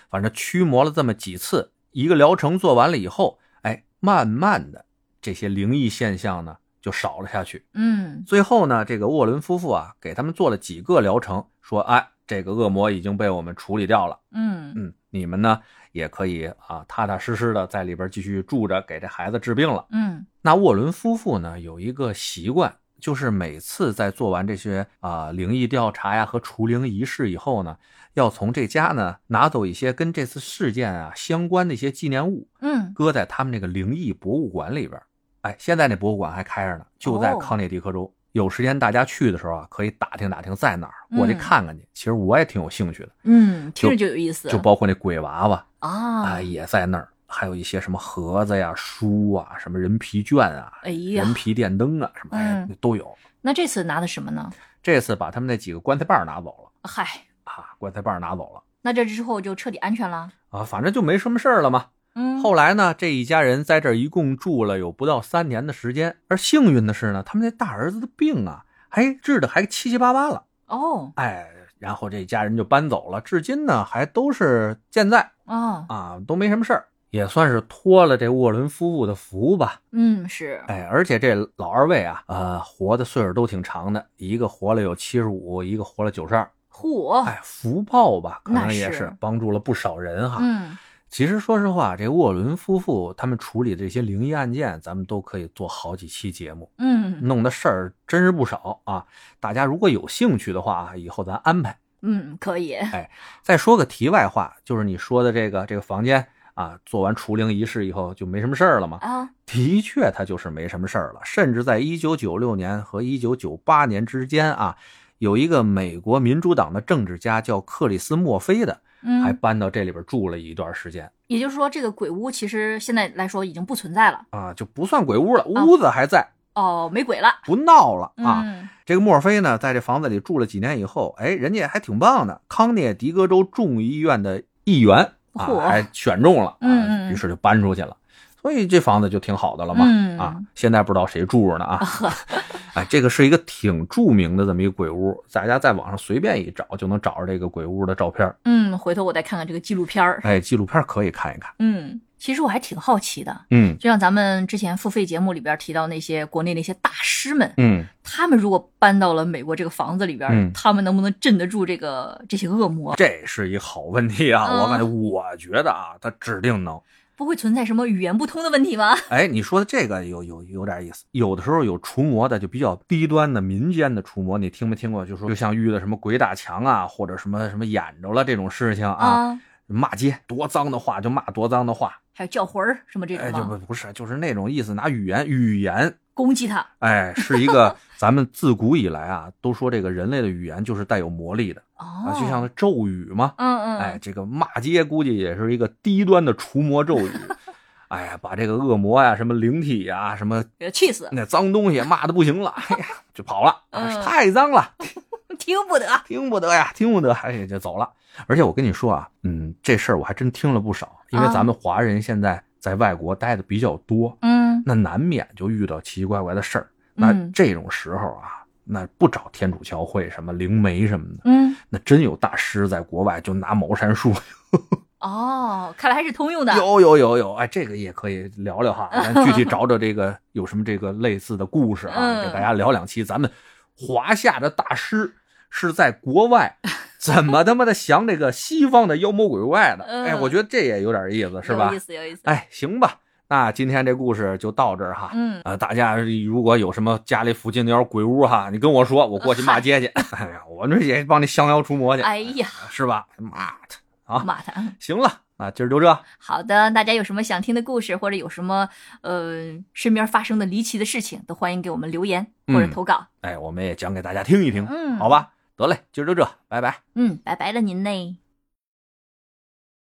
Speaker 3: 反正驱魔了这么几次，一个疗程做完了以后，哎，慢慢的这些灵异现象呢就少了下去。
Speaker 1: 嗯
Speaker 3: 最后呢，这个沃伦夫妇啊，给他们做了几个疗程，说，哎，这个恶魔已经被我们处理掉了，
Speaker 1: 嗯
Speaker 3: 嗯，你们呢也可以啊，踏踏实实的在里边继续住着，给这孩子治病了。
Speaker 1: 嗯
Speaker 3: 那沃伦夫妇呢有一个习惯，就是每次在做完这些啊、灵异调查呀和除灵仪式以后呢，要从这家呢拿走一些跟这次事件啊相关的一些纪念物，
Speaker 1: 嗯，
Speaker 3: 搁在他们那个灵异博物馆里边儿。哎，现在那博物馆还开着呢，就在
Speaker 1: 哦
Speaker 3: 康涅狄克州。有时间大家去的时候啊，可以打听打听在哪儿，过去
Speaker 1: 嗯
Speaker 3: 看看去。其实我也挺有兴趣的，
Speaker 1: 嗯，听着就有意思，
Speaker 3: 就包括那鬼娃娃，
Speaker 1: 啊
Speaker 3: 啊，，也在那儿，还有一些什么盒子呀、书啊、什么人皮卷啊、
Speaker 1: 哎呀
Speaker 3: 人皮电灯啊，什么、哎
Speaker 1: 嗯
Speaker 3: 都有。
Speaker 1: 那这次拿的什么呢？
Speaker 3: 这次把他们那几个棺材板儿拿走了
Speaker 1: 嗨，
Speaker 3: 啊，棺材板儿拿走了
Speaker 1: 那这之后就彻底安全了。
Speaker 3: 啊，反正就没什么事儿了嘛。
Speaker 1: 嗯，
Speaker 3: 后来呢，这一家人在这儿一共住了有不到三年的时间，而幸运的是呢，他们那大儿子的病啊，还治的还七七八八了，
Speaker 1: 哦
Speaker 3: 哎。然后这一家人就搬走了，至今呢还都是健在
Speaker 1: 啊，
Speaker 3: 啊，都没什么事儿。也算是托了这沃伦夫妇的福吧。
Speaker 1: 嗯，是，
Speaker 3: 哎，而且这老二位啊，呃，活的岁数都挺长的，一个活了有七十五，一个活了九十二。
Speaker 1: 嚯，
Speaker 3: 哎，啊福报吧，可
Speaker 1: 哦那
Speaker 3: 能也
Speaker 1: 是
Speaker 3: 是帮助了不少人哈。
Speaker 1: 嗯，
Speaker 3: 其实说实话，这沃伦夫妇他们处理这些灵异案件，咱们都可以做好几期节目，
Speaker 1: 嗯，
Speaker 3: 弄的事儿真是不少啊。大家如果有兴趣的话，啊以后咱安排。
Speaker 1: 嗯，可以，
Speaker 3: 哎再说个题外话，就是你说的这个这个房间啊，做完除灵仪式以后就没什么事儿了吗？
Speaker 1: 啊，
Speaker 3: 的确，他就是没什么事儿了。甚至在一九九六年和一九九八年之间啊，有一个美国民主党的政治家叫克里斯·墨菲的，还
Speaker 1: 嗯，
Speaker 3: 搬到这里边住了一段时间
Speaker 1: 也就是说，这个鬼屋其实现在来说已经不存在了，
Speaker 3: 啊，就不算鬼屋了，屋子还在，
Speaker 1: 哦，没鬼了，
Speaker 3: 不闹了啊。
Speaker 1: 嗯，
Speaker 3: 这个墨菲呢，在这房子里住了几年以后，哎，人家还挺棒的，康涅狄格州众议院的议员啊
Speaker 1: 嚯，
Speaker 3: 还选中了
Speaker 1: 嗯嗯
Speaker 3: 啊，
Speaker 1: 嗯
Speaker 3: 于是就搬出去了。所以这房子就挺好的了嘛，
Speaker 1: 嗯
Speaker 3: 啊，现在不知道谁住着 呢啊。哎，这个是一个挺著名的这么一个鬼屋，大家在网上随便一找就能找着这个鬼屋的照片儿。
Speaker 1: 嗯，回头我再看看这个纪录片儿，
Speaker 3: 哎，纪录片儿可以看一看。
Speaker 1: 嗯，其实我还挺好奇的，
Speaker 3: 嗯
Speaker 1: 就像咱们之前付费节目里边提到那些国内那些大师们，
Speaker 3: 嗯，
Speaker 1: 他们如果搬到了美国这个房子里边，
Speaker 3: 嗯
Speaker 1: 他们能不能镇得住这个这些恶魔？
Speaker 3: 这是一好问题啊，
Speaker 1: 嗯
Speaker 3: 我感觉，我觉得啊，他指定能。
Speaker 1: 不会存在什么语言不通的问题吗？
Speaker 3: 哎，你说的这个有有有点意思。有的时候有除魔的，就比较低端的民间的除魔，你听没听过？就说就像遇到什么鬼打墙啊，或者什么什么眼着了这种事情啊，
Speaker 1: 啊，
Speaker 3: 骂街多脏的话就骂多脏的话，
Speaker 1: 还有叫魂儿什么这种
Speaker 3: 哎，
Speaker 1: 吗？
Speaker 3: 就不不是就是那种意思，拿语言语言，
Speaker 1: 攻击他
Speaker 3: 哎，是 一个咱们自古以来啊都说这个人类的语言就是带有魔力的
Speaker 1: 哦
Speaker 3: 啊，，就像咒语嘛，
Speaker 1: 嗯嗯，
Speaker 3: 哎，这个骂街估计也是一个低端的除 魔咒语。哎呀，把这个恶魔呀、什么灵体呀、什么
Speaker 1: 给他气死，
Speaker 3: 那脏东西骂的不行了，哎呀，就跑了，
Speaker 1: 嗯
Speaker 3: 太脏了，嗯
Speaker 1: 听不得。
Speaker 3: 听不得呀，听不得，哎呀，就走了。而且我跟你说啊，嗯，这事儿我还真听了不少，因为
Speaker 1: 啊
Speaker 3: 咱们华人现在在外国待的比较多，
Speaker 1: 嗯
Speaker 3: 那难免就遇到奇奇怪怪的事儿。那
Speaker 1: 嗯
Speaker 3: 这种时候啊，那不找天主教会什么灵媒什么的，
Speaker 1: 嗯，
Speaker 3: 那真有大师在国外就拿茅山术，
Speaker 1: 哦，看来还是通用的。
Speaker 3: 有有有有，哎，这个也可以聊 聊哈，咱具体找找这个有什么这个类似的故事啊，
Speaker 1: 嗯
Speaker 3: 给大家聊两期。咱们华夏的大师是在 国外怎么他妈的降这个西方的妖魔鬼怪的？哎，
Speaker 1: 嗯
Speaker 3: 我觉得这也有点意思，是吧
Speaker 1: 有意？思，有意思。
Speaker 3: 哎，行吧，那今天这故事就到这儿哈。
Speaker 1: 嗯，
Speaker 3: 呃，大家如果有什么家里附近的要是鬼屋哈，你跟我说，我过去 骂街去。哎呀，我这也帮你降妖除魔去，
Speaker 1: 哎呀，
Speaker 3: 是吧？妈的，啊
Speaker 1: 骂他。嗯
Speaker 3: 行了，那今儿就这。
Speaker 1: 好的，大家有什么想听的故事，或者有什么呃身边发生的离奇的事情，都欢迎给我们留言或者
Speaker 3: 嗯
Speaker 1: 投稿。
Speaker 3: 哎，我们也讲给大家听一听，
Speaker 1: 嗯
Speaker 3: 好吧？得嘞，今儿就这，拜拜。
Speaker 1: 嗯，拜拜了您嘞。